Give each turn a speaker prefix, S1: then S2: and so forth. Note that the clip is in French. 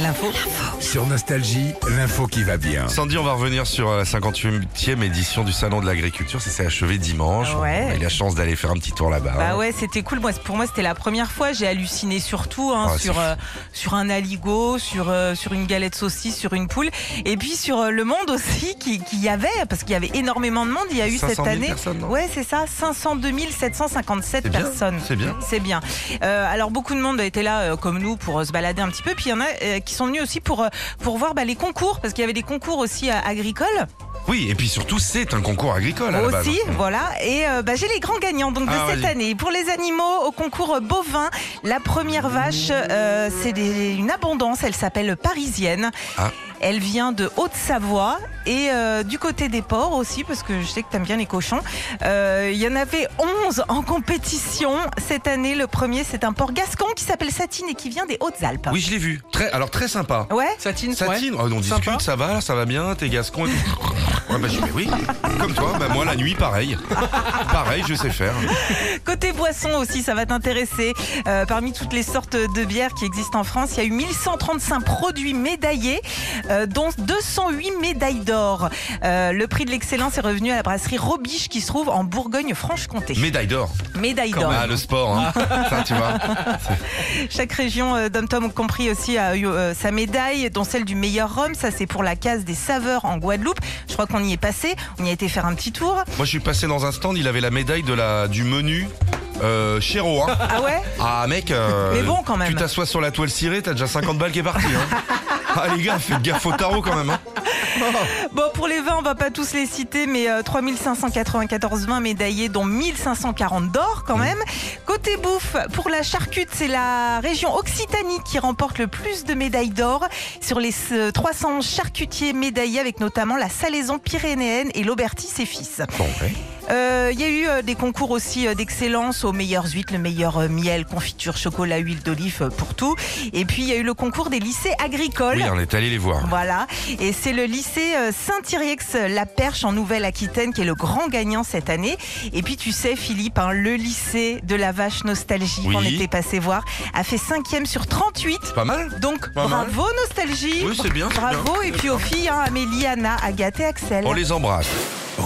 S1: L'info.
S2: Sur Nostalgie, l'info qui va bien.
S3: Ah. Sandy, on va revenir sur euh, la 58e édition du Salon de l'Agriculture. Ça s'est achevé dimanche.
S1: Ah Ouais.
S3: On a eu la chance d'aller faire un petit tour là-bas.
S1: Bah ouais, c'était cool. Moi, c'est- pour moi, c'était la première fois. J'ai halluciné surtout hein,
S3: Ah, c'est
S1: sur
S3: fou.
S1: euh, sur un aligot, sur euh, sur une galette saucisse, sur une poule, et puis sur euh, le monde aussi qui qui y avait parce qu'il y avait énormément de monde. Il y a eu
S3: 500
S1: cette
S3: 000
S1: année.
S3: personnes, non
S1: ouais, c'est ça, 502 757
S3: C'est bien,
S1: personnes.
S3: c'est bien.
S1: C'est bien. Euh, alors beaucoup de monde était là euh, comme nous pour euh, se balader un petit peu. Puis il y en a euh, qui sont venus aussi pour euh, pour voir bah, les concours parce qu'il y avait des concours aussi euh, agricoles.
S3: Oui, et puis surtout, c'est un concours agricole à la base. hein.
S1: Aussi, voilà. Et euh, bah, j'ai les grands gagnants donc,
S3: Ah,
S1: de cette
S3: vas-y.
S1: année. Pour les animaux, au concours bovin, la première vache, euh, c'est des- une abondance. Elle s'appelle Parisienne.
S3: Ah.
S1: Elle vient de Haute-Savoie. Et euh, du côté des porcs aussi, parce que je sais que t'aimes bien les cochons, euh, il y en avait 11 en compétition. Cette année, le premier, c'est un porc gascon qui s'appelle Satine et qui vient des Hautes-Alpes.
S3: Oui, je l'ai vu. Très, alors, très sympa.
S1: Ouais
S4: Satine,
S3: Satine, oh, on discute,
S4: Sympa.
S3: ça va, ça va bien, t'es gascon et tout. Ouais, bah, je dis, mais oui, comme toi, bah, moi la nuit, pareil. pareil, je sais faire.
S1: Côté boisson aussi, ça va t'intéresser. Euh, parmi toutes les sortes de bières qui existent en France, il y a eu 1135 produits médaillés, euh, dont 208 médailles d'or. Euh, le prix de l'excellence est revenu à la brasserie Robiche qui se trouve en Bourgogne-Franche-Comté.
S3: Médaille d'or.
S1: Médaille d'or.
S3: Ah, le sport, hein. ça, tu vois.
S1: Chaque région euh, Dom Tom compris aussi a eu euh, sa médaille, dont celle du meilleur rhum. Ça, c'est pour la case des saveurs en Guadeloupe. Je crois qu'on y est passé. On y a été faire un petit tour.
S3: Moi, je suis passé dans un stand, il avait la médaille de la, du menu euh, Chéro, hein.
S1: Ah ouais
S3: Ah mec, euh,
S1: Mais bon, quand même.
S3: Tu t'assois sur la toile cirée, t'as déjà 50 balles qui est parti. Hein. ah les gars, faites gaffe au tarot quand même. Hein.
S1: Bon, pour les vins, on va pas tous les citer, mais euh, 3594 vins médaillés, dont 1540 d'or quand même. Côté bouffe, pour la charcute, c'est la région Occitanie qui remporte le plus de médailles d'or sur les euh, 300 charcutiers médaillés, avec notamment la salaison pyrénéenne et l'Aubertis et fils. Euh, Il y a eu euh, des concours aussi euh, d'excellence aux meilleures huîtres, le meilleur euh, miel, confiture, chocolat, huile d'olive euh, pour tout. Et puis il y a eu le concours des lycées agricoles.
S3: Oui, on est allé les voir.
S1: Voilà, et c'est le lycée euh, Saint-Iriex-La Perche en Nouvelle-Aquitaine qui est le grand gagnant cette année. Et puis tu sais, Philippe, hein, le lycée de la vache nostalgie
S3: Oui.
S1: qu'on était passé voir a fait cinquième sur 38.
S3: Pas mal
S1: Donc
S3: Pas mal.
S1: bravo nostalgie,
S3: Oui, c'est bien, c'est
S1: bravo et puis aux filles, hein, Amélie, Anna, Agathe et Axel.
S3: On les embrasse.